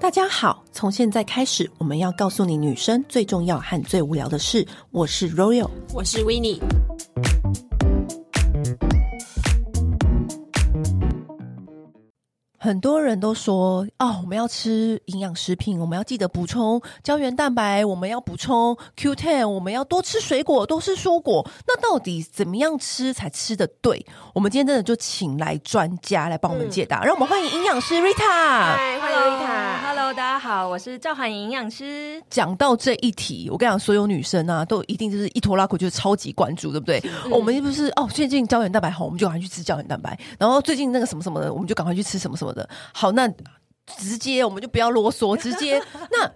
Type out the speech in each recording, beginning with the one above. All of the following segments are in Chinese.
大家好，从现在开始，我们要告诉你女生最重要和最无聊的事。我是 Royal，我是 w i n n i e 很多人都说哦，我们要吃营养食品，我们要记得补充胶原蛋白，我们要补充 Q10，我们要多吃水果，多吃蔬果。那到底怎么样吃才吃的对？我们今天真的就请来专家来帮我们解答，让我们欢迎营养师 Rita。嗨，欢迎 Rita。 Hello，大家好，我是赵涵营养师。讲到这一题，我跟你讲，所有女生啊，都一定就是一拖拉苦，就是超级关注，对不对？我们不是哦，最近胶原蛋白好，我们就赶快去吃胶原蛋白，然后最近那个什么什么的，我们就赶快去吃什么什么的。好，那直接我们就不要啰嗦，直接那。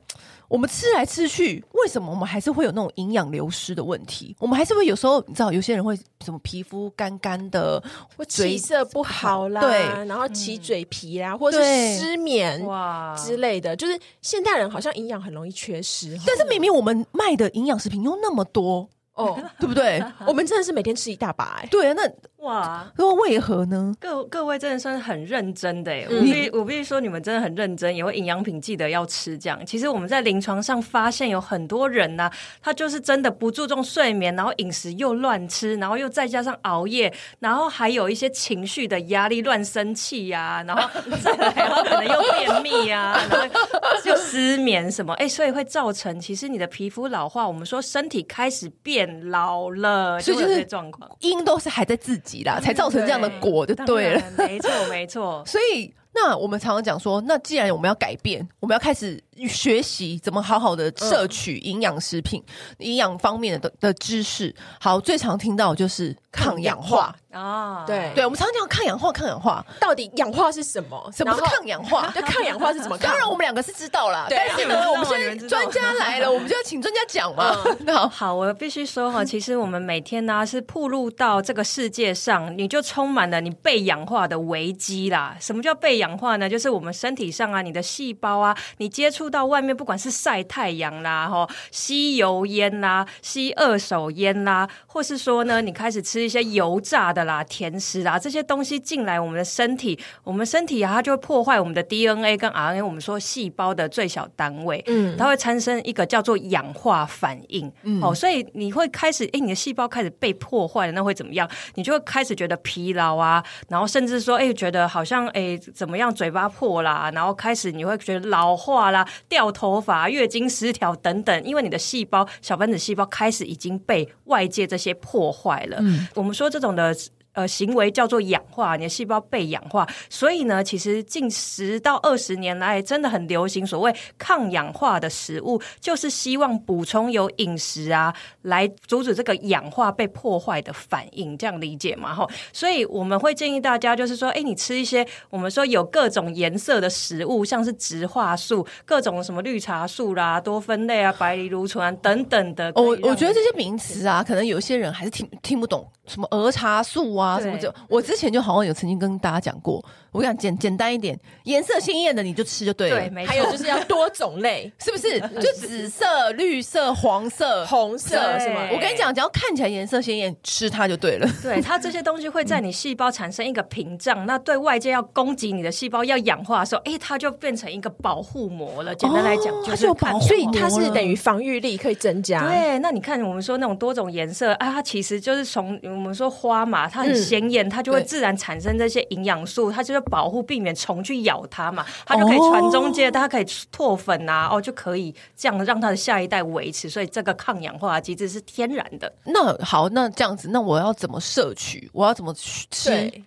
我们吃来吃去，为什么我们还是会有那种营养流失的问题？我们还是会有时候，你知道，有些人会什么皮肤干干的，我气色不好啦，对然后起嘴皮啦，或者对是失眠哇，之类的，就是现代人好像营养很容易缺失哦但是明明我们卖的营养食品又那么多，哦。 对不对？我们真的是每天吃一大把哎，对啊，那哇，那为何呢？各各位真的算是很认真的耶，嗯我必我必须说你们真的很认真，也会营养品记得要吃这样。其实我们在临床上发现有很多人呐、他就是真的不注重睡眠，然后饮食又乱吃，然后又再加上熬夜，然后还有一些情绪的压力，乱生气呀、然后再来，然后可能又便秘呀、然后就失眠什么，哎、所以会造成其实你的皮肤老化，我们说身体开始变老了，所以就是会有这些状况。因都是还在自己啦，才造成这样的果就嗯当对了。然没错 没错。所以，那我们常常讲说，那既然我们要改变，我们要开始学习怎么好好的摄取营养食品、营养方面的的知识。好，最常听到的就是抗氧化。啊，对对，我们常讲抗氧化，抗氧化，到底氧化是什么？什么是然后抗氧化？就抗氧化是怎 么抗当？然，我们两个是知道啦，对啊但是呢，我你们们知道你现在们知道专家来了，我们就要请专家讲嘛。 那好，我必须 说哈，其实我们每天呢、是暴露到这个世界上，你就充满了你被氧化的危机啦。什么叫被氧化呢？就是我们身体上啊，你的细胞啊，你接触到外面，不管是晒太阳啦，哈，吸油烟啦，吸二手烟啦，或是说呢，你开始吃一些油炸的啦、甜食啦，这些东西进来我们的身体，我们身体啊，它就会破坏我们的 DNA 跟 RNA，我们说细胞的最小单位。嗯，它会产生一个叫做氧化反应。哦，所以你会开始，哎，你的细胞开始被破坏了，那会怎么样？你就会开始觉得疲劳啊，然后甚至说，哎，觉得好像哎怎么样，嘴巴破啦，然后开始你会觉得老化啦、掉头发、月经失调等等，因为你的细胞小分子细胞开始已经被外界这些破坏了。我们说这种的呃行为叫做氧化，你的细胞被氧化。所以呢，其实近十到二十年来，真的很流行所谓抗氧化的食物，就是希望补充有饮食啊，来阻止这个氧化被破坏的反应，这样理解吗？哈，所以我们会建议大家，就是说，哎，你吃一些我们说有各种颜色的食物，像是植化素、各种什么绿茶素啦、多酚类啊、白藜芦醇、啊、等等的。我可以让哦我觉得这些名词啊，可能有一些人还是听听不懂，什么儿茶素啊，对什么这。我之前就好像有曾经跟大家讲过，我跟你讲简简单一点，颜色鲜艳的你就吃就对了，对，没错。还有就是要多种类， 是不是？就紫色、绿色、黄色。 红色对什么我跟你讲，只要看起来颜色鲜艳，吃它就对了。 对它这些东西会在你细胞产生一个屏障，那对外界要攻击你的细胞要氧化的时候，哎，它就变成一个保护膜了。简单来讲，哦就它是有看保护啊所以它磨是了等于防御力可以增加。对，那你看我们说那种多种颜色啊，它其实就是从我们说花嘛，它很鲜艳，它就会嗯对自然产生这些营养素，它就是保护避免虫去咬它嘛，它就可以传宗哦接代，它可以脱粉啊，哦，就可以这样让它的下一代维持。所以这个抗氧化机制是天然的。那好，那这样子，那我要怎么摄取？我要怎么去吃？对，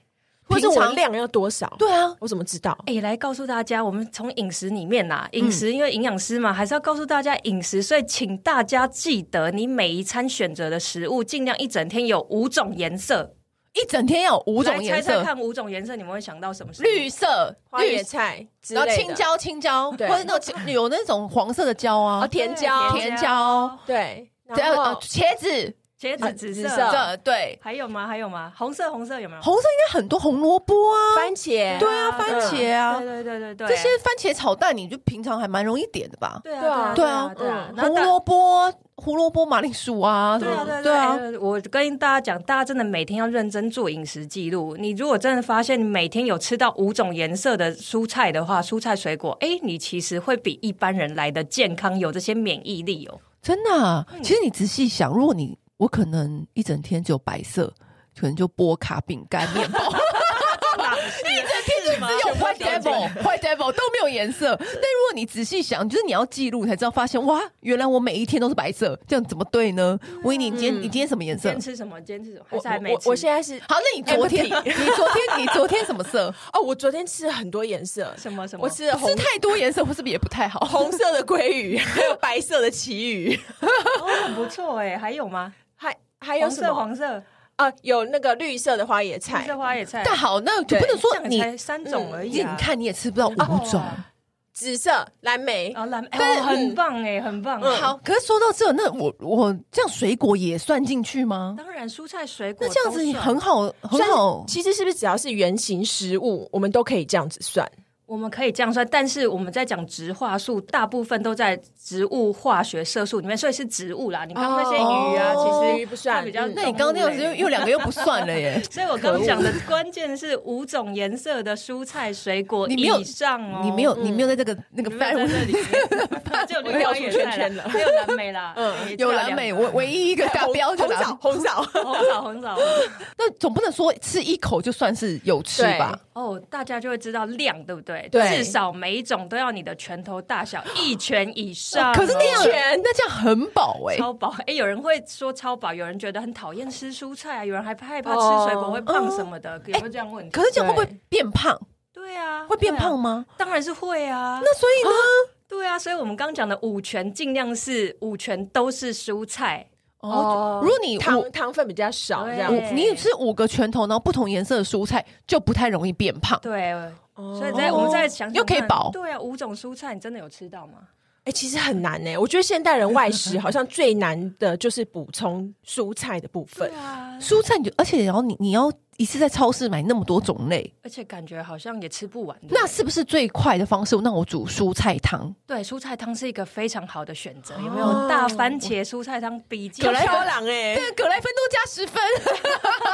或是平我常量要多少？对啊，我怎么知道？哎、来告诉大家，我们从饮食里面嗯啦，饮食因为营养师嘛，还是要告诉大家饮食，所以请大家记得，你每一餐选择的食物，尽量一整天有五种颜色，一整天要有五种颜来猜猜色：看，五种颜色你们会想到什么食物？绿色、花绿椰，菜之然类后的，青椒、青椒，或对者那种有那种黄色的椒啊哦哦，，甜椒甜椒，对，还有然呃后茄子，茄啊子紫紫色，色这对还有吗？还有吗？红色，红色有没有？红色应该很多红萝卜啊，番茄，对啊，番茄啊，对对对对对，这些番茄炒蛋，你就平常还蛮容易点的吧？对对啊啊对对啊啊对啊，然后胡大萝卜、胡萝卜、马铃薯啊，对什啊，么对啊的对啊！对啊，哎我跟大家讲，大家真的每天要认真做饮食记录。你如果真的发现你每天有吃到五种颜色的蔬菜的话，蔬菜水果，哎，你其实会比一般人来的健康，有这些免疫力哦。真的啊。其实你仔细想，如果你我可能一整天只有白色，可能就波卡、饼干、面 包，一整只有 white devil、white devil 都没有颜色。但如果你仔细想，就是你要记录才知道，发现哇，原来我每一天都是白色，这样怎么对呢？维尼，你今天你今天什么颜嗯今色天？哎吃什么？今天吃什么？还我是还没我吃？我现在是好，那你昨 天，你昨天，你昨天什么色？哦，我昨天吃了很多颜色，什么什么我吃了吃红太多颜色，是不是也不 太好？红色的鲑鱼，还有白色的旗鱼，哦很不错哎，还有吗？ 还还有红什色么黄色啊？有那个绿色的花椰绿菜色，花野菜，哎但好，那就不能这说样你嗯才三种而已你啊。看你也吃不到五种。啊紫色蓝莓，啊蓝，哎但哦很棒哎，很棒。嗯好， 可是说到这，那我我这样水果也算进去吗？当然蔬菜水果那这样子都你算很好，很算是好。其实是不是只要是圆形食物，我们都可以这样子算？我们可以这样算，但是我们在讲植化素，大部分都在植物化学色素里面，所以是植物啦。你刚刚那些鱼啊，哦其实鱼不算它比较。嗯那你刚刚那样子又又两个又不算了耶所以我刚刚讲的关键是五种颜色的蔬菜水果你没有以上 哦，你没 有，你没有在这个那个你没范有围在这里面，就绿我花跳出野圈菜圈啦了没有蓝莓啦，哎嗯有蓝莓，我唯一一 个啊达标就红蓝枣，红枣， 红枣红枣。那总不能说吃一口就算是有吃吧？哦，大家就会知道量对不对？对至少每一种都要你的拳头大小，一拳以上哦。可是那样一拳那这样很饱哎。超饱，哎、有人会说超饱，有人觉得很讨厌吃蔬菜啊，有人还害怕哦吃水果会胖什么的，有没有这样问题？哦可是这样会不对会变胖？对啊，会变对啊胖吗？当然是会啊。那所以呢？对啊，所以我们刚刚讲的五全尽量是五全都是蔬菜，哦，如果你糖糖分比较少这样对子。五你吃五个拳头，然后不同颜色的蔬菜就不太容易变胖。对。哦所以在我们再想想看，又可以饱对啊，五种蔬菜你真的有吃到吗？哎、其实很难呢、我觉得现代人外食好像最难的就是补充蔬菜的部分。啊，蔬菜你就，而且然后你你要一次在超市买那么多种类，而且感觉好像也吃不完。对不对那是不是最快的方式？那我煮蔬菜汤，对蔬菜汤是一个非常好的选择，有没哦有？大番茄蔬菜汤比较有挑狼哎、对，葛莱芬多加十分。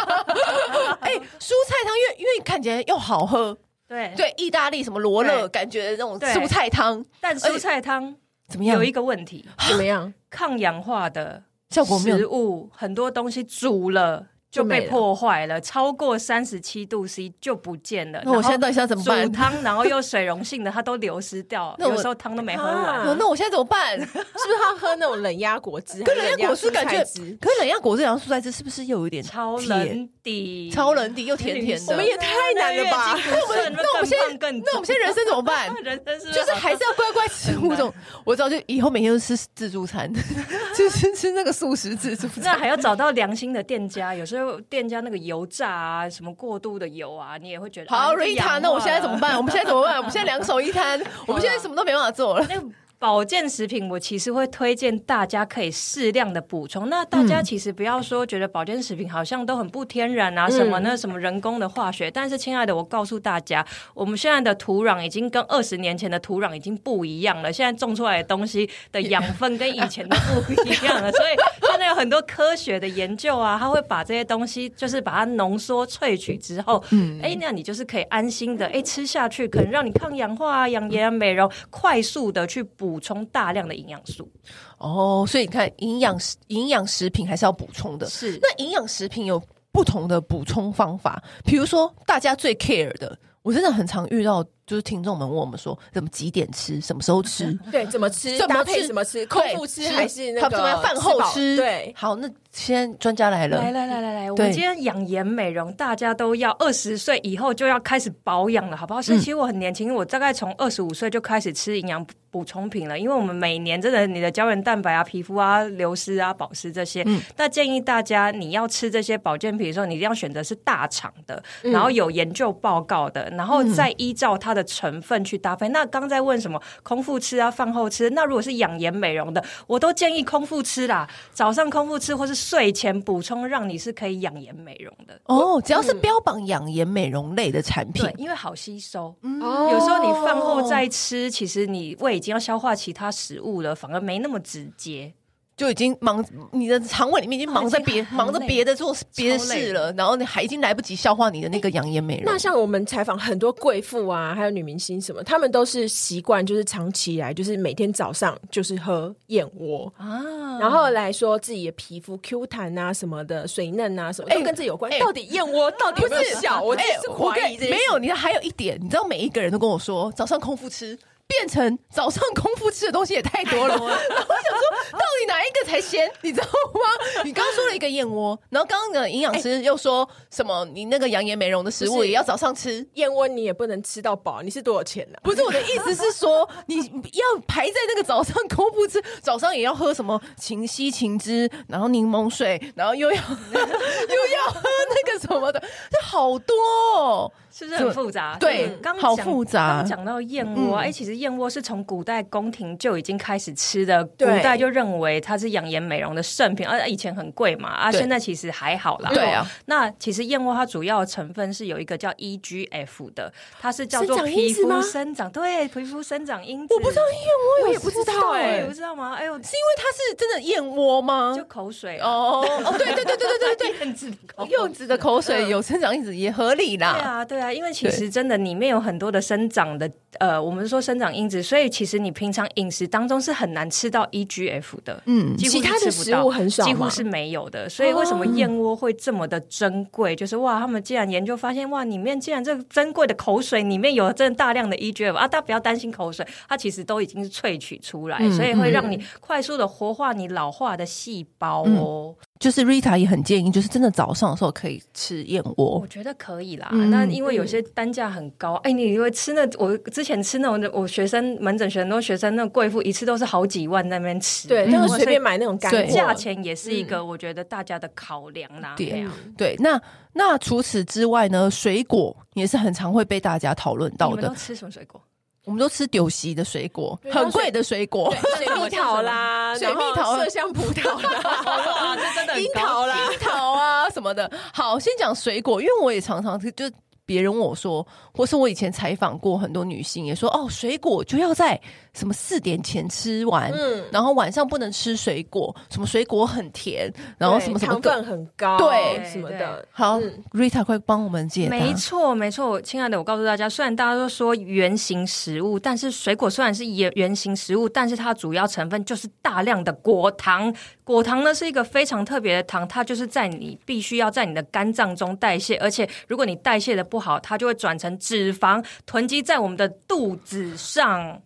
哎、蔬菜汤因为因为看起来又好喝，对，对，意大利什么罗勒哎对感觉那种对蔬菜汤但蔬菜汤怎么样？有一个问题，怎么样？抗氧化的效果没食有物，很多东西煮了。就就没被了破坏了，超过三十七度 C 就不见了。那我然后现在到底想怎么办煮汤，然后又水溶性的，它都流失掉， 那我有时候汤都没喝啊完。哦那我现在怎么 办？是不是他喝那种冷压果 汁？跟冷压果汁感还是觉冷蔬菜汁，可是冷压果汁然后蔬菜汁是不是又有一点超甜？冷底，超冷底又甜甜的我们也太难了吧那我们那我们现在更那我们现在人生怎么办？人啊生是哦不就是好还是要乖乖吃五种，我知道，就以后每天都吃自助餐， 吃吃吃那个素食自助 餐。那还要找到良心的店家，有时候店家那个油炸啊，什么过度的油啊，你也会觉得啊好这氧化，Rita，那我现在怎么办？我们现在怎么办？我们现在 两手一摊，我们现在什么都没办法做了。那个保健食品，我其实会推荐大家可以适量的补充。那大家其实不要说觉得保健食品好像都很不天然啊，什么那什么人工的化学。但是，亲爱的，我告诉大家，我们现在的土壤已经跟二十年前的土壤已经不一样了。现在种出来的东西的养分跟以前的不一样 了，所以现在有很多科学的研究啊，它会把这些东西就是把它浓缩萃取之后，嗯，哎，那你就是可以安心的哎吃下去，可能让你抗氧化啊、养颜、美容，快速的去补充大量的营养素。哦，所以你看，营养食营养食品还是要补充的。是那营养食品有不同的补充方法，比如说大家最 care 的，我真的很常遇到，就是听众们问我们说，怎么几点吃，什么时候吃，对，怎么 吃？怎么搭配吃怎么吃？空对腹吃还是那他个们怎么样饭后饱吃？对，好，那现在专家来了，来来来来来，我对们今天养颜美容，大家都要二十岁以后就要开始保养了，好不好？是，其实我很年轻，我大概从二十五岁就开始吃营养补充品了，因为我们每年真的你的胶原蛋白啊、皮肤啊、流失啊、保湿这些，那建议大家你要吃这些保嗯健品的时候，你一定要选择是大厂的，然后有研究报告的，然后再依照它它的成分去搭配。那刚在问什么空腹吃啊，饭后吃，那如果是养颜美容的，我都建议空腹吃啦，早上空腹吃或是睡前补充，让你是可以养颜美容的。哦，只要是标榜养颜美容类的产品对，，因为好吸收。哦有时候你饭后再吃，其实你胃已经要消化其他食物了，反而没那么直接。就已经忙，哎你的肠胃里面已经忙着别已经很忙着别的做别的事了，然后你还已经来不及消化你的那个养颜美 容。那像我们采访很多贵妇啊，还有女明星什么，她们都是习惯就是长期以来就是每天早上就是喝燕窝啊，然后来说自己的皮肤 Q 弹啊什么的，水嫩啊什么，哎都跟这有关。哎到底燕窝到底有没有效？我真哎是我怀跟疑这件事没有，你还有一点，你知道每一个人都跟我说早上空腹吃。变成早上空腹吃的东西也太 多了，然后我想说，到底哪一个才鲜？你知道 吗？你刚刚说了一个燕窝，然后刚刚的营养师又说什么？你那个养颜美容的食不物是也要早上吃。燕窝你也不能吃到饱，你是多少钱啊呢、不是我的意思是说， 你要排在那个早上空腹吃， 早上也要喝什么芹溪芹汁，然后柠檬水，然后 又要又要喝那个什么的，这好多、哦。是不是很复杂？对所以刚好讲复杂嗯刚讲到燕窝啊，哎、其实燕窝是从古代宫廷就已经开始吃的，古对代就认为它是养颜美容的圣品，而以前很贵嘛，啊，对现在其实还好啦。对啊哦，那其实燕窝它主要的成分是有一个叫 EGF 的，它是叫生做长因皮子吗肤生长，对，皮肤生长因子。我不知道欸嗯燕窝，我也不知道对哎、你不知道吗？哎呦，是因为它是真的燕窝吗就？口水哦，哦哦，对对对对对对 对，很自口柚子的口嗯水有生长因子也合理对啦。啊，对啊，因为其对实真的里面有很多的生长的，呃，我们说生长因子，所以其实你平常饮食当中是很难吃到 EGF 的，嗯嗯，几乎其他的是吃不到食物很少几乎嘛是没有的。所以为什么燕窝会这么的珍贵？就是哇，他们竟然研究发现，哇，里面竟然这个珍贵的口水里面有真的大量的 EGF 啊！大家不要担心口水，它其实都已经是萃取出来，嗯所以会让你快速的活化你老化的细胞嗯哦。就是 Rita 也很建议，就是真的早上的时候可以吃燕窝我。觉得可以啦，嗯那因为有些单价很高，哎、你以为吃那我之前吃那种我学生门诊学生都学生那种贵妇一次都是好几万在那边吃，对，嗯那个所随便买那嗯种干对货价钱也是一个我觉得大家的考量啦，对对啊。对，那那除此之外呢，水果也是很常会被大家讨论到你们的都。吃什么水果？我们都吃丢席的水果，对很贵的水果， 水蜜桃啦，水蜜桃然后麝香葡萄啦，哇，这真的樱桃啦、樱桃啊什么的。好，先讲水果，因为我也常常就别人问我说，或是我以前采访过很多女性，也说哦，水果就要在什么四点前吃完，嗯然后晚上不能吃水果，什么水果很甜， 然后什么什么糖分嗯很高，对什么的，好、r i t a 快帮我们解答。没错，没错，亲爱的，我告诉大家，虽然大家都说圆形食物，但是水果虽然是圆圆形食物，但是它主要成分就是大量的果糖。果糖呢是一个非常特别的糖，它就是在你必须要在你的肝脏中代谢，而且如果你代谢的不好，它就会转成脂肪囤积在我们的肚子上。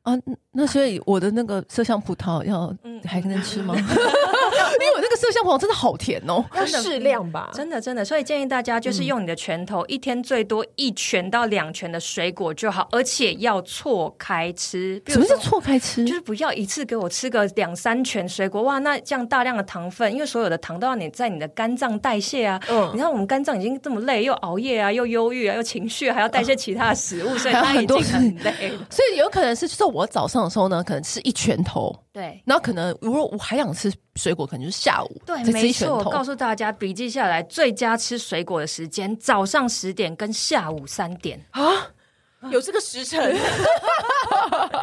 啊，那所以我的那个麝香葡萄要、嗯还能吃 吗？ 因为我那个麝香葡萄真的好甜哦。要适量吧。真的真的，所以建议大家就是用你的拳头，一天最多一拳到两拳的水果就好，而且要错开吃。比什如么说是错开吃？就是不要一次给我吃个两三拳水果，哇，那这样大量的糖分，因为所有的糖都要你在你的肝脏代谢啊。你嗯，知道我们肝脏已经这么累，又熬夜啊，又忧郁啊，又情绪啊，还要代谢其他的食物，所 以还有它很已多经很累 了。所以有可能是，就是我早上的时候呢，可能吃一拳头，对。然后可能如果我还想吃水果，可能就是下午对，再吃没一拳错，头。告诉大家笔记下来，最佳吃水果的时间早上十点跟下午三 点，有这个时辰，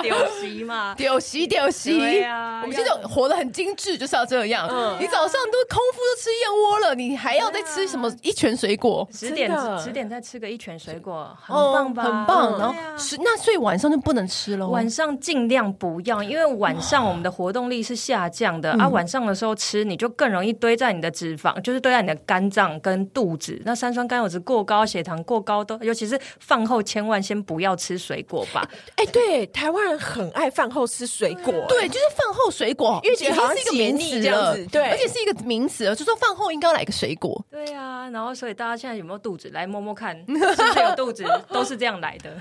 丢席嘛，丢席丢席，对啊我们这种活得很精致就是要这样。嗯你早上都空腹都吃燕窝了，你还要再吃什啊么一拳水果？十点真的十点再吃个一拳水果，很哦棒吧？很棒。对然啊后是那所以晚上就不能吃喽。晚上尽量不要，因为晚上我们的活动力是下降的、啊。晚上的时候吃，你就更容易堆在你的脂肪，就是堆在你的肝脏跟肚子。那三酸甘油脂过高、血糖过高都，尤其是饭后，千万先不要吃水果吧。 哎，对，台湾人很爱饭后吃水果，对，就是饭后水果，因为觉得已经是一个名好像解词腻这样了子，对而且是一个名词了，就说饭后应该要来个水果。对啊，然后所以大家现在有没有肚子？来摸摸看，是不是有肚子？都是这样来的。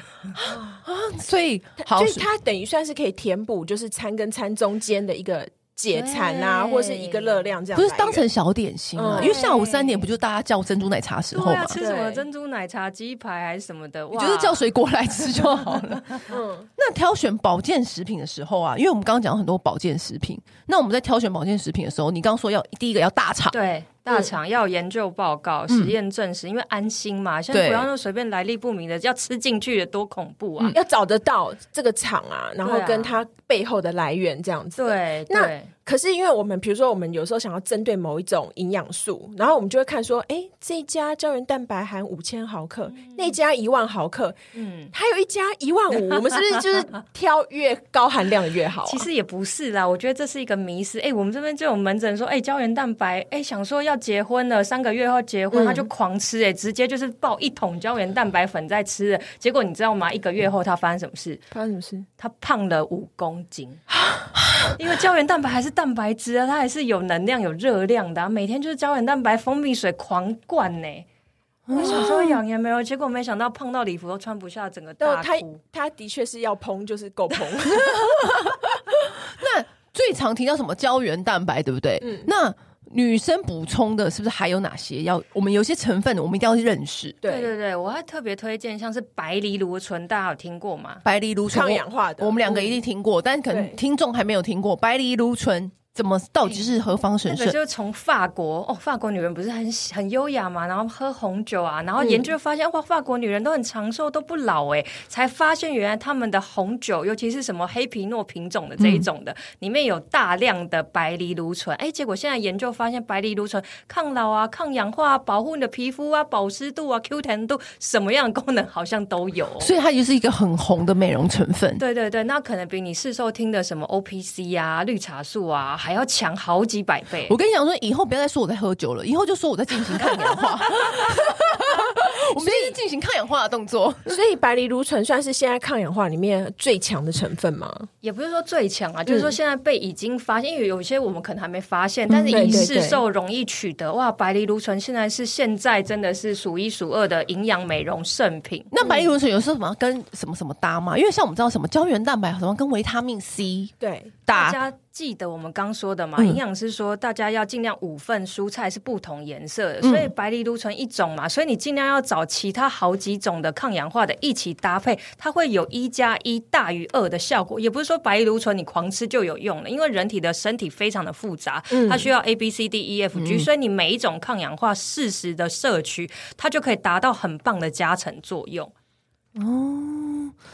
所以好所以它等于算是可以填补，就是餐跟餐中间的一个解馋啊，对或是一个热量这样不来是源，当成小点心啊，嗯因为下午三点不就大家叫珍珠奶茶时候对嘛啊，，吃什么对珍珠奶茶、鸡排还是什么的，你哇，就是叫水果来吃就好了。 嗯，那挑选保健食品的时候啊，因为我们刚刚讲了很多保健食品，那我们在挑选保健食品的时候，你刚刚说要第一个要大厂，对。嗯大厂要有研究报告、实验证实，因为安心嘛，现在对不要那种随便来历不明的，要吃进去的多恐怖啊！要找得到这个厂啊，然后对啊跟它背后的来源这样子。对，那对可是因为我们比如说我们有时候想要针对某一种营养素，然后我们就会看说，哎，这家胶原蛋白含五千毫克，那家一万毫克，嗯，还有一家一万五，我们是不是就是挑越高含量的越好、啊？其实也不是啦，我觉得这是一个迷失。哎、我们这边就有门诊说，哎、胶原蛋白，哎、想说要结婚了，三个月后结婚，嗯他就狂吃、哎，直接就是爆一桶胶原蛋白粉在吃的。结果你知道吗？一个月后他发生什么事？发生什么事？他胖了五公斤， 因为胶原蛋白还是蛋白质啊，它还是有能量、有热量的、啊，每天就是胶原蛋白、蜂蜜水狂灌呢、我小时候养颜没有，结果没想到胖到礼服都穿不下，整个但大他哭。他的确是要烹，就是够烹。那最常提到什么胶原蛋白，对不对？嗯那女生补充的是不是还有哪些要？我们有些成分我们一定要认识，对对，对对，我还特别推荐像是白藜芦醇，大家有听过吗？白藜芦醇抗氧化的我我们两个一定听过，但可能对听众还没有听过白藜芦醇。怎么到底是何方神那圣个？就是从法国哦，法国女人不是很喜很优雅嘛，然后喝红酒啊，然后嗯研究发现、哇，法国女人都很长寿，都不老哎，才发现原来她们的红酒，尤其是什么黑皮诺品种的这嗯一种的，里面有大量的白藜芦醇，哎，结果现在研究发现白藜芦醇抗老啊、抗氧化、啊、保护你的皮肤啊、保湿度啊、Q 弹度，什么样的功能好像都有、哦。所以它就是一个很红的美容成分。对对对，那可能比你市售听的什么 OPC 啊、绿茶素啊还要强好几百倍。我跟你讲说，以后不要再说我在喝酒了，以后就说我在进行抗氧 化。我们就是进行抗氧化的动作。所以白藜芦醇算是现在抗氧化里面最强的成分吗？也不是说最强嗯啊，就是说现在被已经发现，因为有些我们可能还没发现，但是嗯对以对市售容易取得，哇，白藜芦醇现在是现在真的是数一数二的营养美容圣品。那白藜芦醇有时候什么跟什么什么搭吗？因为像我们知道什么胶原蛋白什么跟维他命 C 对，大搭，家记得我们刚说的嘛，嗯营养师说大家要尽量五份蔬菜是不同颜色的，嗯所以白藜芦醇一种嘛，所以你尽量要找其他好几种的抗氧化的一起搭配，它会有一加一大于二的效果。也不是说白藜芦醇你狂吃就有用了，因为人体的身体非常的复杂，它需要 A B C D E F G，、所以你每一种抗氧化适时的摄取，它就可以达到很棒的加成作用。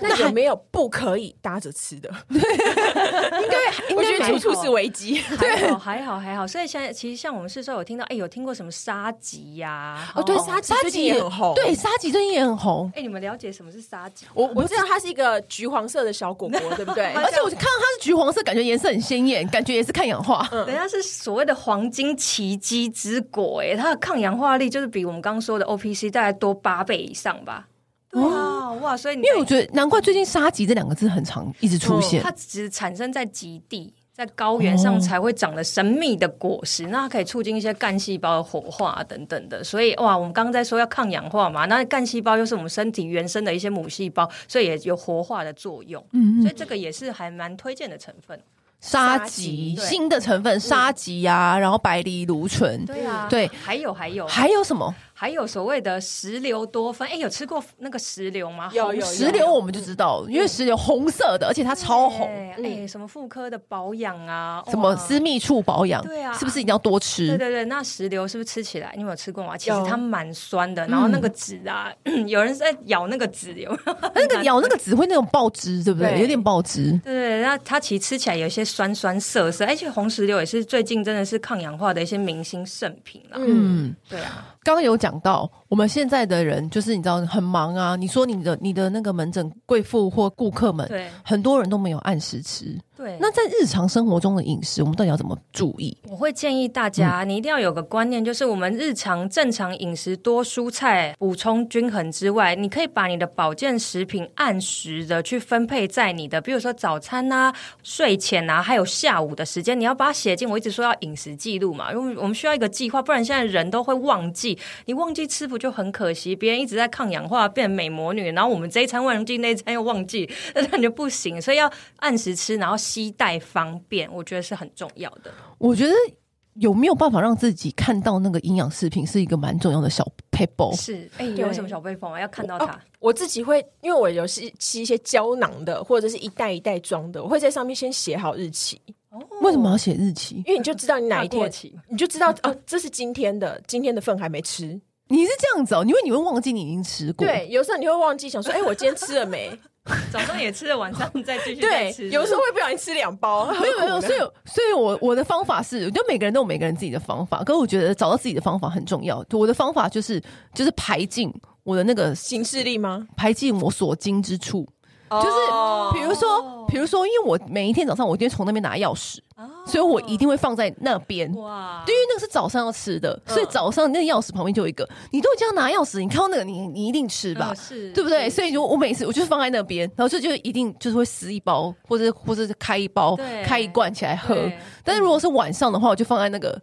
那有没有不可以搭着吃的？应该我觉没得有处处是危机。还好还好还好，所以现在其实像我们市售有听到，哎，有听过什么沙棘呀、哦，对，沙棘最近也很红。对，沙棘最近也很红。哎、你们了解什么是沙棘？我我知道它是一个橘黄色的小果 果，对不对？而且我看到它是橘黄色，感觉颜色很鲜艳，感觉也是抗氧化。人家是所谓的黄金奇迹之果、哎，它的抗氧化力就是比我们刚刚说的 OPC 大概多八倍以上吧。对啊，哇！所以你因为我觉得难怪最近“沙棘”这两个字很常一直出现。哦它只产生在极地。在高原哦上才会长得神秘的果实，那它可以促进一些干细胞的活化等等的，所以哇，我们刚刚在说要抗氧化嘛，那干细胞又是我们身体原生的一些母细胞，所以也有活化的作用，嗯所以这个也是还蛮推荐的成分。沙沙棘棘对嗯新的成分，沙棘呀，然后白藜芦醇，对啊，对还有还有还有什么还有所谓的石榴多酚，哎，有吃过那个石榴吗？有红有石榴？我们就知道，因为石榴红色的，而且它超红。嗯对哎，什么妇科的保养啊，什么哇私密处保养，对啊是不是一定要多对吃？对对，那石榴是不是吃起来？你有没有吃过吗？其实有它蛮酸的，然后那个嗯籽啊， 有人在咬那个籽，有没有啊它那个咬那个只会那种爆汁，对不对？对有点爆汁。 对对，对那它其实吃起来有一些酸酸涩涩，而且红石榴也是最近真的是抗氧化的一些明星圣品啦。嗯，嗯，对啊，刚刚有讲到，我们现在的人就是你知道很忙啊。你说你的你的那个门诊贵妇或顾客们，对很多人都没有按时吃。对。那在日常生活中的饮食，我们到底要怎么注意？我会建议大家，你一定要有个观念，就是我们日常正常饮食多蔬菜补充均衡之外，你可以把你的保健食品按时的去分配在你的，比如说早餐呐、睡前呐、还有下午的时间，你要把它写进。我一直说要饮食记录嘛，因为我们我们需要一个计划，不然现在人都会忘记，你忘记吃不就很可惜？别人一直在抗氧化 变美魔女，然后我们这一餐忘记，那一餐又忘记，那感觉不行，所以要按时吃，然后携带方便，我觉得是很重要的。我觉得有没有办法让自己看到那个营养食品是一个蛮重要的小 pebble。是，哎、对有什么小背风啊？要看到它。哦我自己会，因为我有吸吸一些胶囊的，或者是一袋一袋装的，我会在上面先写好日期，哦为什么要写日期？因为你就知道你哪一怕过天，期？你就知道哦，这是今天的，今天的份还没吃。你是这样子哦、因为你会忘记你已经吃过。对，有时候你会忘记想说，哎、我今天吃了 没？早上也吃了，晚上再 继续对再吃。，有时候会不小心吃两 包，没有没有，何苦呢所以所以我我的方法是，我觉得每个人都有每个人自己的方法，可是我觉得找到自己的方法很重要。我的方法就是就是排进我的那个行事力吗？排进我所经之处，哦就是比如说比如说，因为我每一天早上我一定会从那边拿钥匙，所以我一定会放在那边。哇，对，因为那个是早上要吃的，嗯所以早上那个钥匙旁边就有一个。你都已经要拿钥匙，你看到那个，你你一定吃吧嗯，是对不对？是所以就我每次我就是放在那边，然后就就一定就是会撕一包，或者或者是开一包对、开一罐起来喝对。但是如果是晚上的话，我就放在那个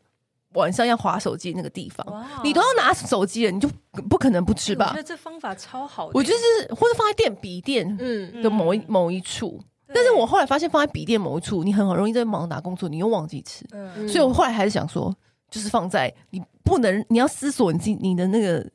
晚上要划手机那个地哇哎方。你都要拿手机了，你就不可能不吃我吧觉得？这方法超好的。我就是或者放在电笔电嗯，的某一某一处。但是我后来发现，放在笔电某一处，你很好容易在忙打工作，你又忘记吃。嗯所以我后来还是想说，就是放在你不能，你要思索你自己你的那个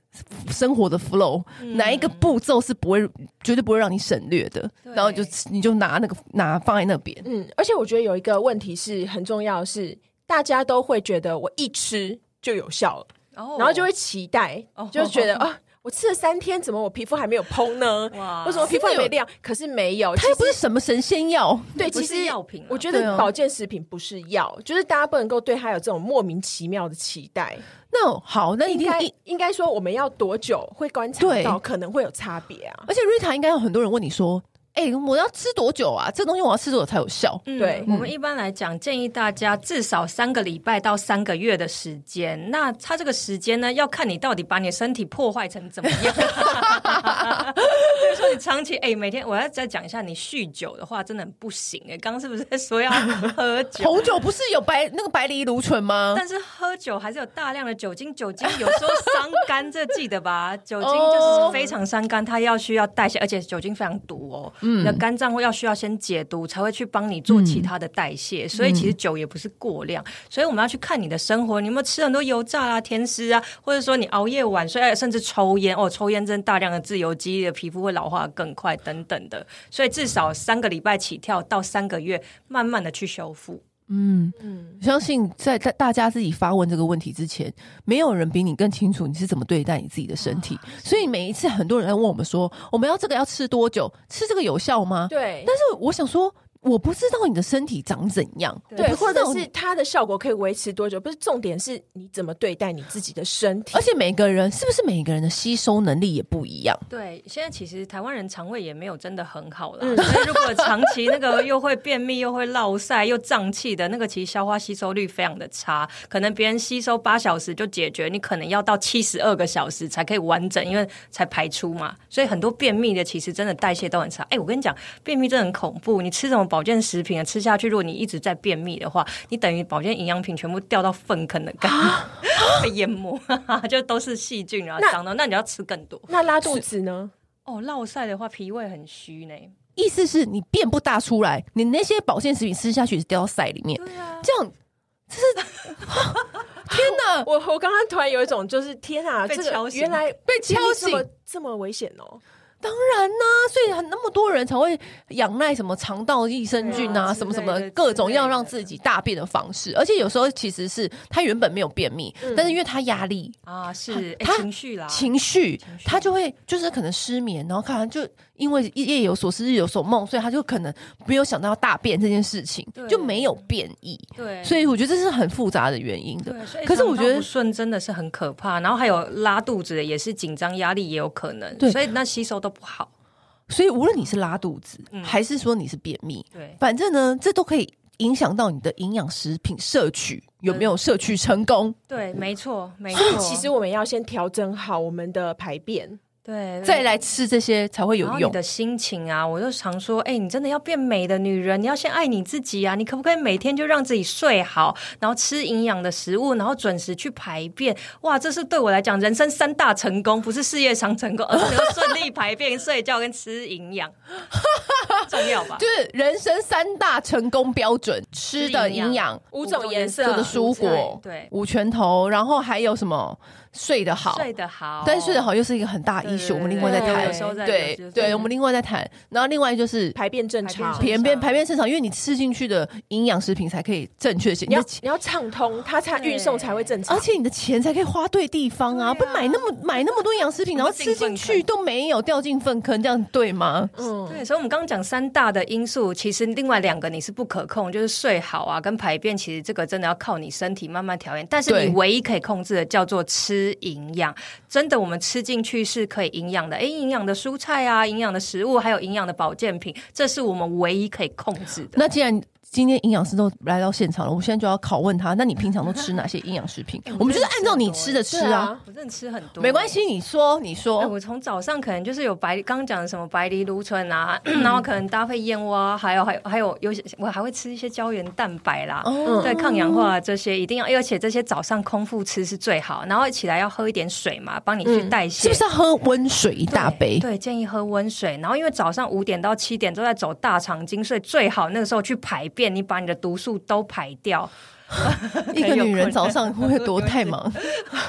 生活的 flow，、哪嗯一个步骤是不会绝对不会让你省略的，对然后就你就拿那个拿放在那边，嗯，而且我觉得有一个问题是很重要的是，大家都会觉得我一吃就有效了，哦，然后就会期待，哦就 觉得啊，我吃了三天，怎么我皮肤还没有嘭呢？哦哇为什么皮肤还没亮？可是没有，它又不其是实什么神仙药，对，不其是实药品啊我觉对啊得保健食品不是药，就是大家不能够对它有这种莫名其妙的期待。那好，那一应定该一。应该说，我们要多久会观察对到可能会有差别啊？而且瑞塔应该有很多人问你说，哎、我要吃多久啊？这东西我要吃多久才有效？嗯对我们一般来讲，建议大家至少三个礼拜到三个月的时间。那它这个时间呢，要看你到底把你的身体破坏成怎么样。 所以说，你长期哎、每天我要再讲一下，你酗酒的话真的很不行哎、刚刚是不是在说要喝 酒？红酒不是有白那个白藜芦醇吗？但是喝酒还是有大量的酒精，酒精有时候伤肝，这记得吧？酒精就是非常伤肝，它要需要代谢，而且酒精非常毒哦。你的肝脏会要需要先解毒，才会去帮你做其他的代谢。所以其实酒也不是过量，所以我们要去看你的生活，你有没有吃很多油炸啊、甜食啊，或者说你熬夜晚睡，哎甚至抽烟哦，抽烟真的大量的自由基的皮肤会老化更快等等的。所以至少三个礼拜起跳到三个月，慢慢的去修复。我相信在大大家自己发问这个问题之前，没有人比你更清楚你是怎么对待你自己的身啊体。所以每一次很多人来问我们说，我们要这个要吃多久？吃这个有效吗？。对但，是我想说，我不知道你的身体长怎样，对，我不或知者道你是它的效果可以维持多久？不是重点是你怎么对待你自己的身体而。且每个人是不是每个人的吸收能力也不一样？对，现在其实台湾人肠胃也没有真的很好啦，所以如果长期那个又会便秘、又会落晒、又胀气的那个，其实消化吸收率非常的差。可能别人吸收八小时就解决，你可能要到七十二个小时才可以完整，因为才排出嘛。所以很多便秘的其实真的代谢都很差。哎，我跟你讲，便秘真的很恐怖。你吃什么保健食品啊，吃下去，如果你一直在便秘的话，你等于保健营养品全部掉到粪坑的感觉， 被淹没， 就都是细菌然后那脏的。那你要吃更多。那拉肚子呢？哦，落晒的话，脾胃很虚呢。意思是你便不大出来，你那些保健食品吃下去是掉到塞里面，这样这是 天哪！我我刚刚突然有一种就是天啊，被这敲个醒原来被敲便秘这么醒这么危险哦！当然呐、所以很那么多人才会仰赖什么肠道益生菌对啊，啊什么什之么类的各种要让自己大便的方式。而且有时候其实是他原本没有便秘，嗯但是因为他压力、啊，是哎他情绪啦，情绪，绪他就会就是可能失眠，然后看完就因为夜有所思日有所梦，所以他就可能没有想到要大便这件事情对，就没有便意。对，所以我觉得这是很复杂的原因的。对，所以可是我肠道觉得不顺真的是很可怕。然后还有拉肚子的，也是紧张压力也有可能，对所以那吸收都不好。所以无论你是拉肚子，嗯还是说你是便秘，对，反正呢，这都可以影响到你的营养食品摄取有没有摄取成功，对，没错，没所以错。其嗯实我们要先调整好我们的排便，对，再来吃这些才会然有后你用。的心情啊，我就常说，哎、你真的要变美的女人，你要先爱你自己啊！你可不可以每天就让自己睡好，然后吃营养的食物，然后准时去排便？哇，这是对我来讲人生三大成功，不是事业上成功，而是能够顺利排便、睡觉跟吃营养。 重要吧就？是人生三大成功标准：吃的营养、五种颜色做的蔬果、对五拳头，然后还有什么睡得好。睡得好，但是睡得好又是一个很大的 issue，我们另外再对谈有。时候在对就是对，我们另外再谈。然后另外就是排便正排常。便便正常排便正常，因为你吃进去的营养食品才可以正确性，你你要的钱你要畅通，它才对运送才会正常而。且你的钱才可以花对地方啊！不买那么买那么多营养食品，然后吃进去都没有掉进粪坑，这样对吗？嗯，对，所以我们刚刚讲三大的因素，其实另外两个你是不可控，就是睡好啊跟排便，其实这个真的要靠你身体慢慢调养。但是对你唯一可以控制的叫做吃营养，真的我们吃进去是可以营养的，诶，营养的蔬菜啊，营养的食物，还有营养的保健品，这是我们唯一可以控制的。那既然今天营养师都来到现场了，我现在就要拷问他：那你平常都吃哪些营养食品？哎我我们就是真的按照你吃吃的很吃对啊，啊，我真的吃很多，欸没关系，哦你说你哎、说，我从早上可能就是有白，刚刚讲的什么白藜芦醇啊， 然后可能搭配燕窝啊，还有还有还有有些我还会吃一些胶原蛋白啦，哦对抗氧化这些一定要，而且这些早上空腹吃是最好，然后起来要喝一点水嘛，帮你去代谢。是不是要喝温水一大杯？对，对建议喝温水。然后因为早上五点到七点都在走大肠经，所以最好那个时候去排便，你把你的毒素都排掉。一个女人很有困难早上会多太 忙，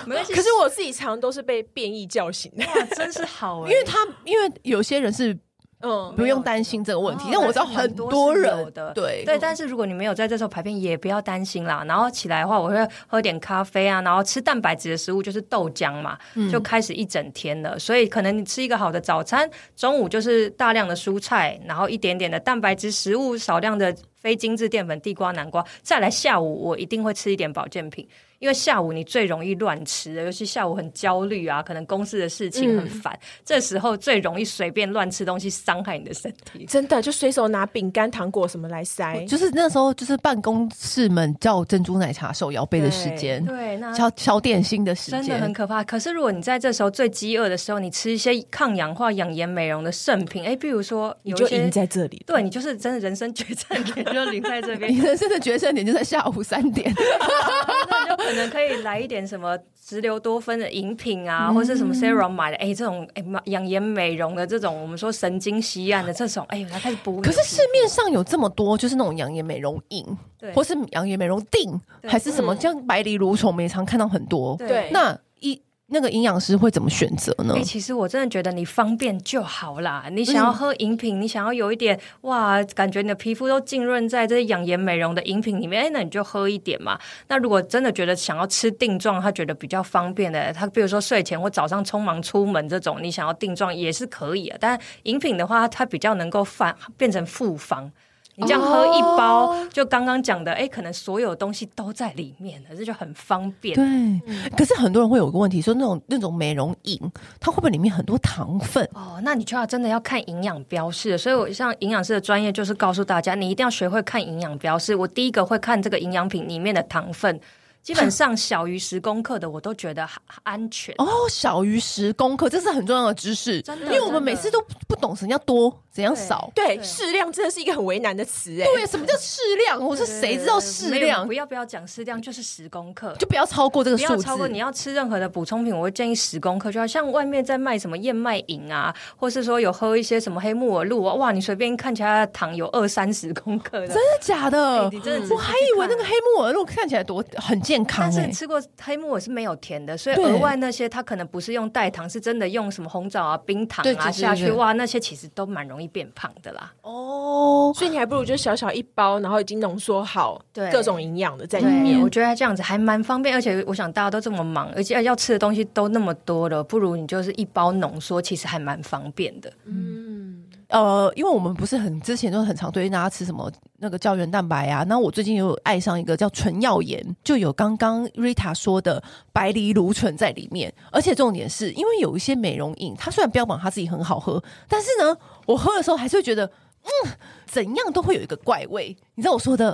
没关系，可是我自己常都是被变异叫醒的。哇，真是好、欸，因为她因为有些人是嗯，不用担心这个问题哦，但我知道但是很很多是人有的，对对，但是如果你没有在这时候排便，也不要担心啦。然后起来的话，我会喝点咖啡啊，然后吃蛋白质的食物，就是豆浆嘛，就开始一整天了。所以可能你吃一个好的早餐，中午就是大量的蔬菜，然后一点点的蛋白质食物，少量的非精致淀粉，地瓜、南瓜。再来下午，我一定会吃一点保健品。因为下午你最容易乱吃的，尤其下午很焦虑啊，可能公司的事情很烦，这时候最容易随便乱吃东西，伤害你的身体。真的就随手拿饼干、糖果什么来塞，就是那时候就是办公室们叫珍珠奶茶手摇杯的时间，对，那小小点心的时真的很间。可怕。可是如果你在这时候最饥饿的时候，你吃一些抗氧化、养颜美容的圣品，哎，比如说你有就一赢些。在这里。对你就是真的人生决战 点，就赢在这边你，人生的决胜点就在下午三点，那你就可能可以来一点什么植鞣多酚的饮品嗯啊，或是什么 serum 买的，哎，这种哎养颜美容的这种，我们说神经酰胺的这种，哎，它开始补。可是市面上有这么多，就是那种养颜美容饮，对或是养颜美容锭，对还是什么，嗯像白藜芦醇，我们也常看到很多。对那一那个营养师会怎么选择呢哎、？其实我真的觉得你方便就好啦。你想要喝饮品，你想要有一点哇，感觉你的皮肤都浸润在这些养颜美容的饮品里面，哎、那你就喝一点嘛。那如果真的觉得想要吃定状，他觉得比较方便的，他比如说睡前或早上匆忙出门这种，你想要定状也是可以的。但饮品的话，它比较能够反变成复方。你这样喝一包，就刚刚讲的，哎、可能所有东西都在里面了，这就很方便。对，嗯可是很多人会有个问题，说那种那种美容饮，它会不会里面很多糖分？哦，那你就要真的要看营养标示了。所以我像营养师的专业就是告诉大家，你一定要学会看营养标示。我第一个会看这个营养品里面的糖分，基本上小于十公克的，我都觉得还安全。哦，小于十公克，这是很重要的知识，真的因为我们每次都不懂什么叫多，怎样少。对，对适量真的是一个很为难的词哎。对，啊什么叫适量？我说谁知道适没有量不？要不要讲适量，就是十公克。就不要超过这个不数要字。超过你要吃任何的补充品，我会建议十公克就好。像外面在卖什么燕麦饮啊，或是说有喝一些什么黑木耳露啊，哇，你随便看起来糖有二三十公克的真，的假的嗯哎你真的？仔细我还以为去那看个黑木耳露看起来多很健康但是哎。吃过黑木耳是没有甜的，所以对额外那些它可能不是用代糖，是真的用什么红枣啊、冰糖对对啊对下去，对哇，那些其实都蛮容易变胖的啦。哦，所以你还不如就小小一包，然后已经浓缩好对各种营养的在里对，我面。觉得这样子还蛮方便，而且我想大家都这么忙，而且要吃的东西都那么多了，不如你就是一包浓缩，其实还蛮方便的。嗯，呃，因为我们不是很之前都很常推荐大家吃什么那个胶原蛋白啊，那我最近也有爱上一个叫纯耀颜，就有刚刚 Rita 说的白藜芦醇在里面，而且重点是因为有一些美容饮，它虽然标榜它自己很好喝，但是呢，我喝的时候还是会觉得。嗯，怎样都会有一个怪味，你知道我说的，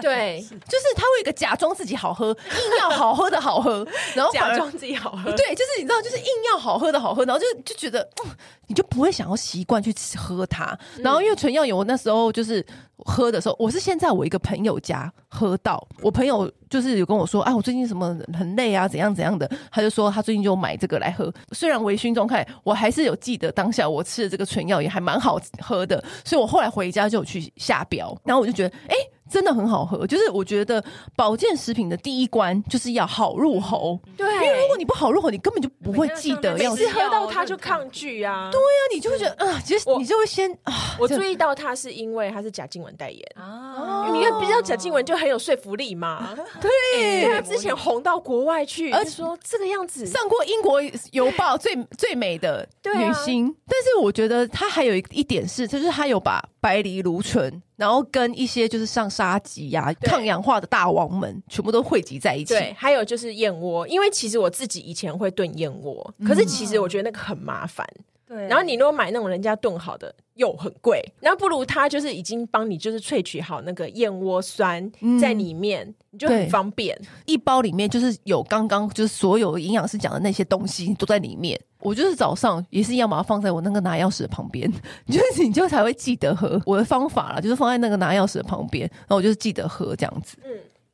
对，就是它会有一个假装自己好喝，硬要好喝的好喝，然后反假而装自己好喝。对，就是你知道，就是硬要好喝的好喝，然后就就觉得、嗯你就不会想要习惯去吃喝它。然后因为纯耀油，我那时候就是喝的时候，我是先在我一个朋友家喝到，我朋友就是有跟我说，啊，我最近什么很累啊，怎样怎样的，他就说他最近就买这个来喝。虽然微醺状态，我还是有记得当下我吃的这个纯药也还蛮好喝的，所以我后来回家就有去下标，然后我就觉得，哎、真的很好喝，就是我觉得保健食品的第一关就是要好入喉，对因为如果你不好入喉，你根本就不会记得每要每吃次啊，次喝到它就抗拒啊。对，你就会觉得啊、其实嗯我你就会先啊，我这注意到它是因为它是贾静雯代言。啊你看，比较贾静哦雯就很有说服 力嘛，对，她之前红到国外去，而而且且说这个样子，上过英国邮报最最美的对啊女星，但是我觉得她还有一一点是，就是她有把白藜芦醇，然后跟一些就是像沙棘呀、对抗氧化的大王们，全部都汇集在一起。对，还有就是燕窝，因为其实我自己以前会炖燕窝，可是其实嗯我觉得那个很麻烦，对，然后你如果买那种人家炖好的又很贵，那不如它就是已经帮你就是萃取好那个燕窝酸在里面，你就嗯对很方便。一包里面就是有刚刚就是所有营养师讲的那些东西都在里面。我就是早上也是一样，把它放在我那个拿钥匙的旁边， 就是你就才会记得喝。我的方法啦，就是放在那个拿钥匙的旁边，然后我就是记得喝这样子。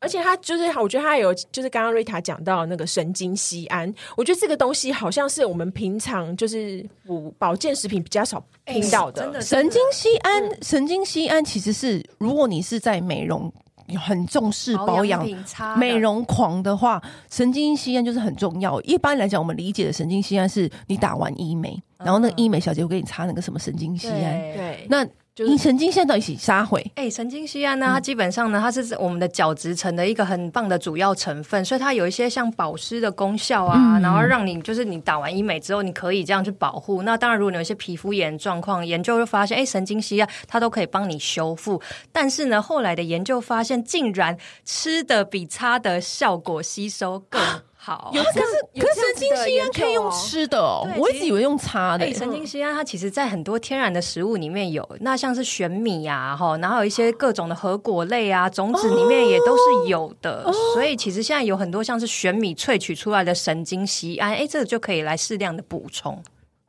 而且它就是，我觉得它有，就是刚刚瑞塔讲到那个神经酰胺，我觉得这个东西好像是我们平常就是补保健食品比较少哎听到的，真的嗯神经酰胺，神经酰胺其实是，如果你是在美容很重视保养、品差美容狂的话，神经酰胺就是很重要。一般来讲，我们理解的神经酰胺是你打完医美，然后那个医美小姐会给你擦那个什么神经酰胺。嗯对。对，欸那就是你神经线到底是啥回？哎、神经酰胺呢，它基本上呢，它是我们的角质层的一个很棒的主要成分，所以它有一些像保湿的功效啊，然后让你就是你打完医美之后，你可以这样去保护。那当然，如果你有一些皮肤炎状况，研究就发现，哎、神经酰胺它都可以帮你修复。但是呢，后来的研究发现，竟然吃的比擦的效果吸收更好。可是有啊可是这样神子经的酰研胺可以究用哦吃的哦对，我一其直实以为用擦的哎、。神经酰胺它其实在很多天然的食物里面有，那像是玄米呀、啊，哈，然后有一些各种的核果类啊，种子里面也都哦是有的。所以其实现在有很多像是玄米萃取出来的神经酰胺，哎、这个就可以来适量的补充。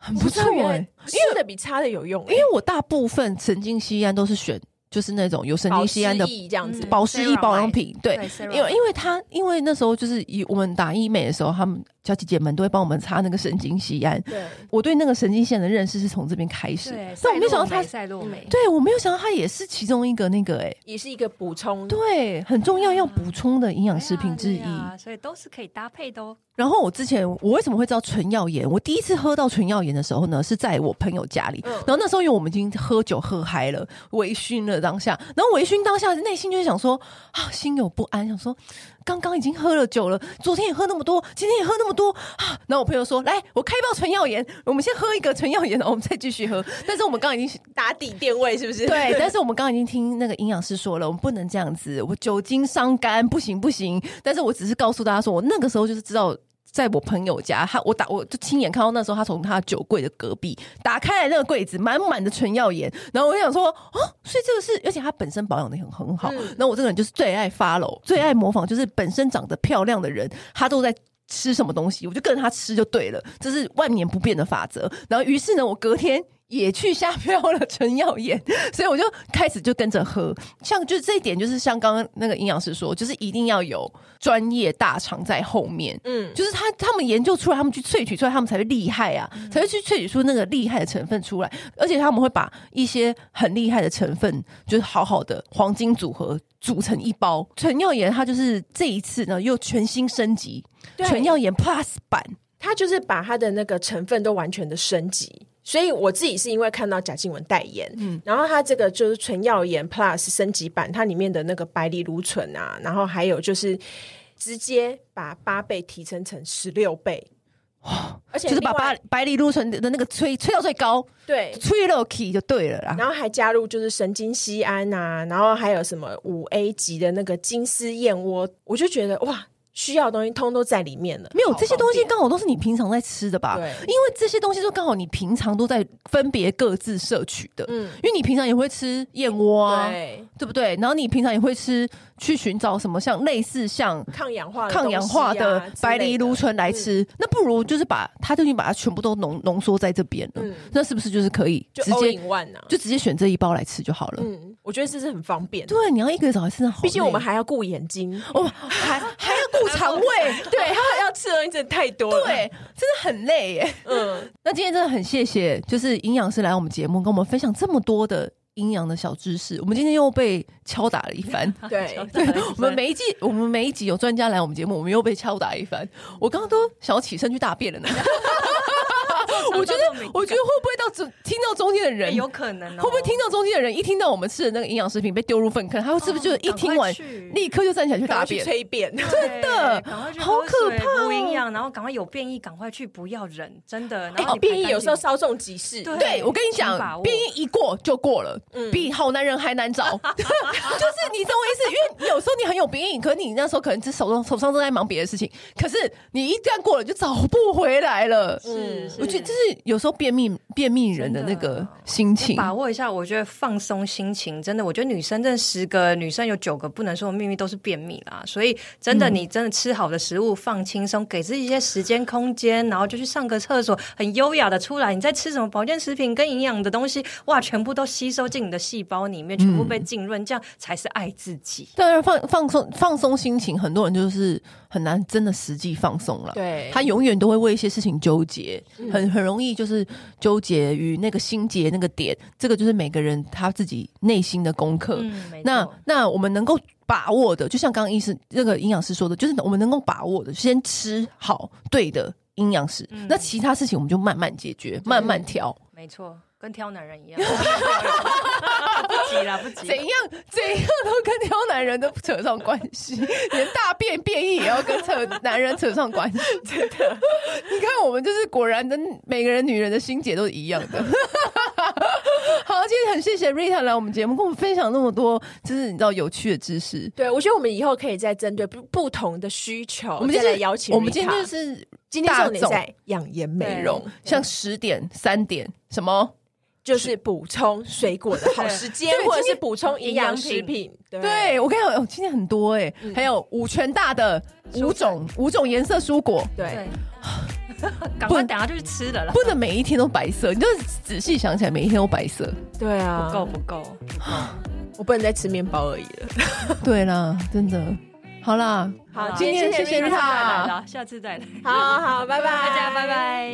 很不错欸那原哎、来吃的比擦的有用、欸因为我大部分神经酰胺都是选就是那种有神经酰胺的保湿液这样子，嗯保湿液 Ceramide 保养品，对，因因为因为他因为那时候就是以我们打医美的时候，他们小姐姐们都会帮我们擦那个神经酰胺。对，我对那个神经线的认识是从这边开始，对，但我没想到它，赛洛美。对我没有想到它也是其中一个那个哎、也是一个补充。对，很重要要补充的营养食品之一。对啊所以都是可以搭配的哦。然后我之前我为什么会知道纯耀盐？我第一次喝到纯耀盐的时候呢，是在我朋友家里。然后那时候因为我们已经喝酒喝嗨了，微醺了当下，然后微醺当下内心就会想说啊，心有不安，想说刚刚已经喝了酒了，昨天也喝那么多，今天也喝那么多啊。然后我朋友说，来，我开爆纯耀盐，我们先喝一个纯耀盐，然后我们再继续喝。但是我们刚刚已经打底垫位是不是？对，但是我们刚刚已经听那个营养师说了，我们不能这样子，我酒精伤肝，不行不行。但是我只是告诉大家说，我那个时候就是知道。在我朋友家，他我打我就亲眼看到那时候他从他酒柜的隔壁打开来那个柜子，满满的纯耀盐，然后我就想说，哦，所以这个是，而且他本身保养的很很好。然后我这个人就是最爱 follow，最爱模仿，就是本身长得漂亮的人，他都在吃什么东西，我就跟着他吃就对了，这是万年不变的法则。然后于是呢，我隔天也去下标了纯耀眼， 所以我就开始就跟着喝。像就是这一点，就是像刚刚那个营养师说，就是一定要有专业大厂在后面。 嗯，就是他，他们研究出来，他们去萃取出来，他们才会厉害啊，嗯才会去萃取出那个厉害的成分出来。而且他们会把一些很厉害的成分，就是好好的黄金组合组成一包。纯耀颜它就是这一次呢又全新升级，对纯耀颜 Plus 版。它就是把它的那个成分都完全的升级。所以我自己是因为看到贾静雯代言，嗯然后它这个就是纯耀颜 Plus 升级版，它里面的那个白藜芦醇啊，然后还有就是直接把八倍提升成十六倍，而且就是把另外白白藜芦醇的那个吹吹到最高，对，吹到 key 就对了啦。然后还加入就是神经酰胺啊，然后还有什么五 A 级的那个金丝燕窝，我就觉得哇，需要的东西通都在里面了。没有好这些方东西便刚好都是你平常在吃的吧？因对为这些东西都刚好你平常都在分别各自摄取的。嗯因为你平常也会吃燕窝啊，对对不对？然后你平常也会吃去寻找什么像类似像抗氧化的抗东氧西化啊的之白类藜的嗯芦醇来吃，那不如就是把它就已经把它全部都浓浓缩在这边了，嗯那是不是就是可以就直 all 接 in one 啊。就直接选这一包来吃就好了？嗯，我觉得这是很方便的。对，你要一个早上吃，毕竟我们还要顾眼睛，我们还还要顾 肠胃，对，他要吃的东西真的太多了。，对，真的很累耶。嗯，那今天真的很谢谢，就是营养师来我们节目跟我们分享这么多的营养的小知识，我们今天又被敲打了一番。 对，对， 我们每一季，我们每一集有专家来我们节目，我们又被敲打一番。我刚刚都想要起身去大便了 呢。我觉得，我觉得会不会到中听到中间的人，哎有可能哦会不会听到中间的人一听到我们吃的那个营养食品被丢入粪坑，他会是不是就哦一听赶快完去立刻就站起来去赶大快去便？催便，真的赶快去好喝可水怕哦哎补营养，然后赶快有变异，赶快去，不要忍，真的。然然后后你变异排干有时候净稍纵即逝，对对，我跟你请讲把，握变异一过就过了，嗯比好男人还难 找。就是你懂我意思，因为有时候你很有鼻影，可你那时候可能只手上手上正在忙别的事情，可是你一旦过了就找不回来了。是，我觉得这是是有时候便秘便秘人的那个心情。把握一下，我觉得放松心情，真的，我觉得女生这十个女生有九个不能说的秘密都是便秘啦，所以真的，你真的吃好的食物，放轻松，给自己一些时间空间，然后就去上个厕所，很优雅的出来。你在吃什么保健食品跟营养的东西，哇，全部都吸收进你的细胞里面，全部被浸润，这样才是爱自己。当然放放松放松心情，很多人就是很难真的实际放松了。对他永远都会为一些事情纠结，嗯很很容易就是纠结于那个心结那个点。这个就是每个人他自己内心的功课。嗯，没那错那我们能够把握的，就像刚刚医生那个营养师说的，就是我们能够把握的，先吃好对的营养食，嗯那其他事情我们就慢慢解决，慢慢调。没错，跟挑男人 一样，不急啦，不急怎。样怎样都跟挑男人都扯上关系，连大便变异也要跟扯男人扯上关系，真的。你看，我们就是果然跟每个人女人的心结都是一样的。 好，今天很谢谢 Rita 来我们节目，跟我们分享那么多，就是你知道有趣的知识。对，我觉得我们以后可以再针对不不同的需求，我们今再来天邀请我们今天 Rita 就是今天大重点众在嗯养颜美美容容，，像十点、三点什么。就是补充水果的好时间对，或者今是天补充营养食营养品。对，我跟你讲，哦今天很多哎、嗯还有五全大的五种五种颜色蔬果，对对， 赶快等下就去吃了啦，不能每一天都白色，你就仔细想起来，每一天都 白色。对啊，不够不够。我不能再吃面包而已了。对啦，真的。好啦，好啦今天谢谢 Rita 下次再来啦，下次再来，好好，拜拜，大家拜拜。